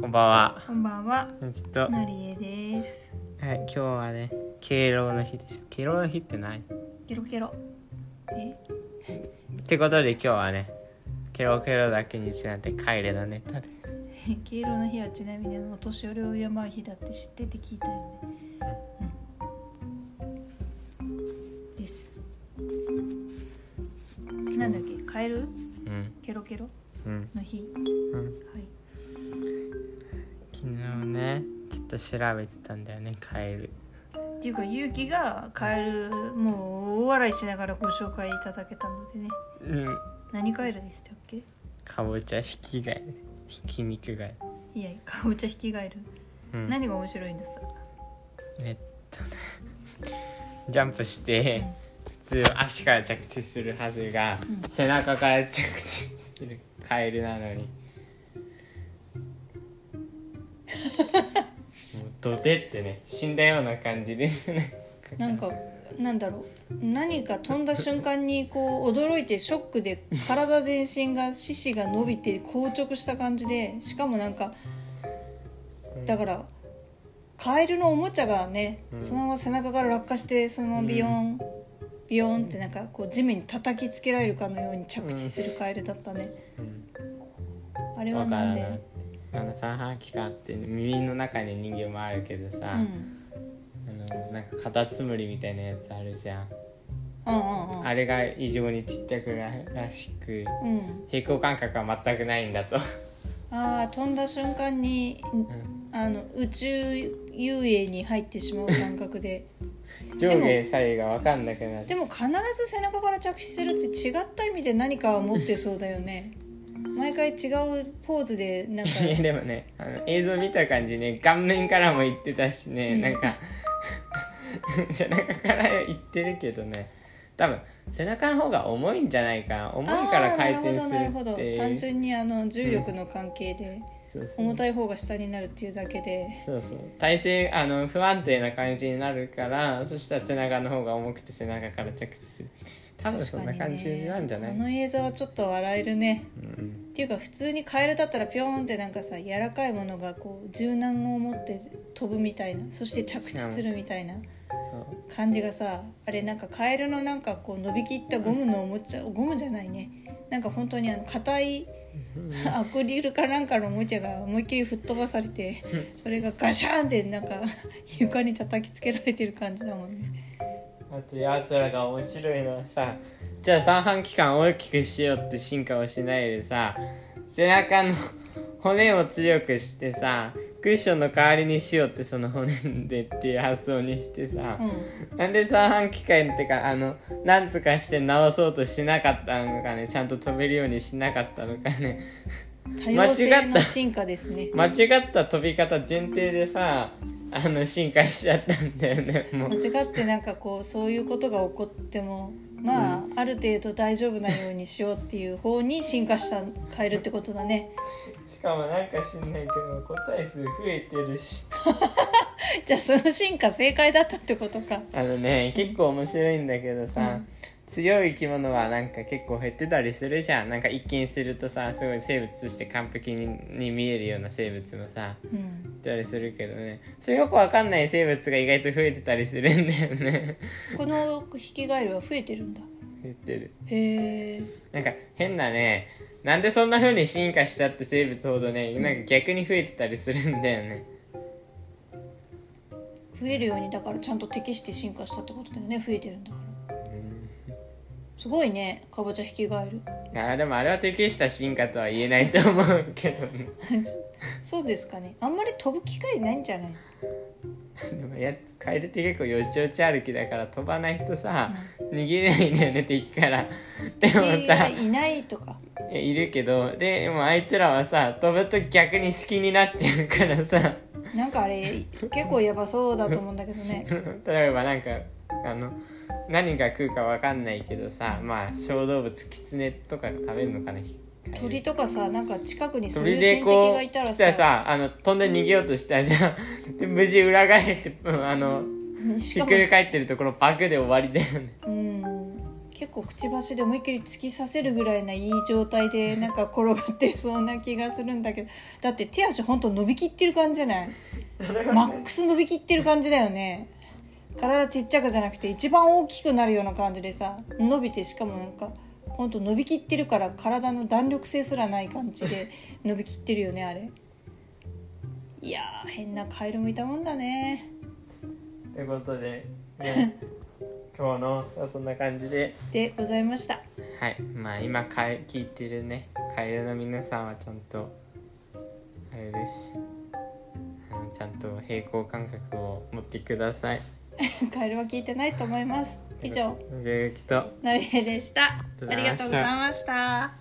こんばんは。こんばんは、きっと、はのい、りえです。今日はね、敬老の日です。敬老の日って何ケロケロ。え、 ってことで今日はね、ケロケロだけにちなんて帰れのネタで。敬老の日はちなみにあのお年寄りを敬う日だって知ってて聞いたよね。うんです。なんだっけ、カエル？うん、ケロケロうん、の日。うん。はい。昨日ね、ちょっと調べてたんだよね、カエル。っていうかゆうきがカエルもう大笑いしながらご紹介いただけたのでね。うん、何カエルでしたっけ？かぼちゃ引きがい、ひき肉がい。いや、かぼちゃ引きガエル。うん、何が面白いんですか？えっとね、ジャンプして、普通足から着地するはずが、うん背中から着地するカエルな のにもうドテってね死んだような感じです ねなんかなんだろう何か飛んだ瞬間にこう驚いてショックで体全身が四肢が伸びて硬直した感じでしかもなんかだからカエルのおもちゃがねうんそのまま背中から落下してそのままビヨーンビヨーンってなんかこう地面に叩きつけられるかのように着地するカエルだったねうんあれわはかなんらでないあの三半規管って耳の中に人間もあるけどさ、うんあのなんかカタツムリみたいなやつあるじゃん、うんうんあれが異常にちっちゃくららしくうんうん平行感覚は全くないんだと、ああ飛んだ瞬間にあの宇宙遊泳に入ってしまう感 覚で。上下左右が分かんなくなってでも必ず背中から着地するって違った意味で何かは持ってそうだよね毎回違うポーズでな んかいやでもねあの映像見た感じね顔面からも言ってたしね、うんなんか 背中から言ってるけどね多分背中の方が重いんじゃないかな重いから回転すあーなるるほどっなるてほど単いう純にあの重力の関係でそうそう重たい方が下になるっていうだけでそうそう体勢あの不安定な感じになるからそしたら背中の方が重くて背中から着地する多分確そんかなに感じねなんじゃないあの映像はちょっと笑えるねうんっていうか普通にカエルだったらピョーンってなんかさ柔らかいものがこう柔軟を持って飛ぶみたいなそして着地するみたいなそう感じがさあれなんかカエルのなんかこう伸びきったゴムのおもちゃゴムじゃないねなんか本当にあの硬いアクリルかなんかのおもちゃが思いっきり吹っ飛ばされてそれがガシャーンってなんか床に叩きつけられてる感じだもんねあとやつらが面白いのはさじゃあ三半規管を大きくしようって進化をしないでさ背中の骨を強くしてさクッションの代わりにしようってその骨でっていう発想にしてさ、うなんで三半規管ってかあのなんとかして直そうとしなかったのかねちゃんと飛べるようにしなかったのかねん多様性間違っのた進化ですね間違った飛び方前提でさあの進化しちゃったんだよねもう間違ってなんかこうそういうことが起こってもまあ、ある程度大丈夫なようにしようっていう方に進化したカエルってことだね しかもなんか知んないけど個体数増えてるしじゃあその進化正解だったってことかあのね結構面白いんだけどさ、強い生き物はなんか結構減ってたりするじゃんなんか一見するとさすごい生物として完璧にに見えるような生物もさうんいたりするけどねそれよくわかんない生物が意外と増えてたりするんだよね このヒキガエルは増えてるんだ言ってるへえなんか変なねなんでそんな風に進化したって生物ほどねなんか逆に増えてたりするんだよね増えるようにだからちゃんと適して進化したってことだよね増えてるんだからすごいねかぼちゃヒキガエルあーでもあれは適した進化とは言えないと思うけどね そうですかねあんまり飛ぶ機会ないんじゃないでもやカエルって結構よちよち歩きだから飛ばないとさ、逃げないんだよね敵 からでも敵さがいないとかいやいるけどででもあいつらはさ飛ぶと逆に好きになっちゃうからさ なんかあれ結構やばそうだと思うんだけどね例えばなんかあの何が食うかわかんないけどさまあ小動物キツネとかが食べるのかな鳥とかさなんか近くにそうい鳥うで天敵こがういたら来さたらさあの飛んで逃げようとしたじゃんで無事裏返ってうんあのしひかっも くり返ってるところパクで終わりだよねうん結構くちばしで思いっきり突き刺せるぐらいないい状態でなんか転がってそうな気がするんだけどだって手足ほんと伸びきってる感じじゃないマックス伸びきってる感じだよね体ちっちゃくじゃなくて一番大きくなるような感じでさ伸びてしかもなんかほんと伸びきってるから体の弾力性すらない感じで伸びきってるよねあれいやー変なカエルもいたもんだねということで、 ね、今日のそんな感じででございましたはいまあ今かえ聞いてるねカエルの皆さんはちゃんとあれですあのちゃんと平行感覚を持ってくださいカエルは聞いてないと思います以上ゆうきとのりえでしたありがとうございました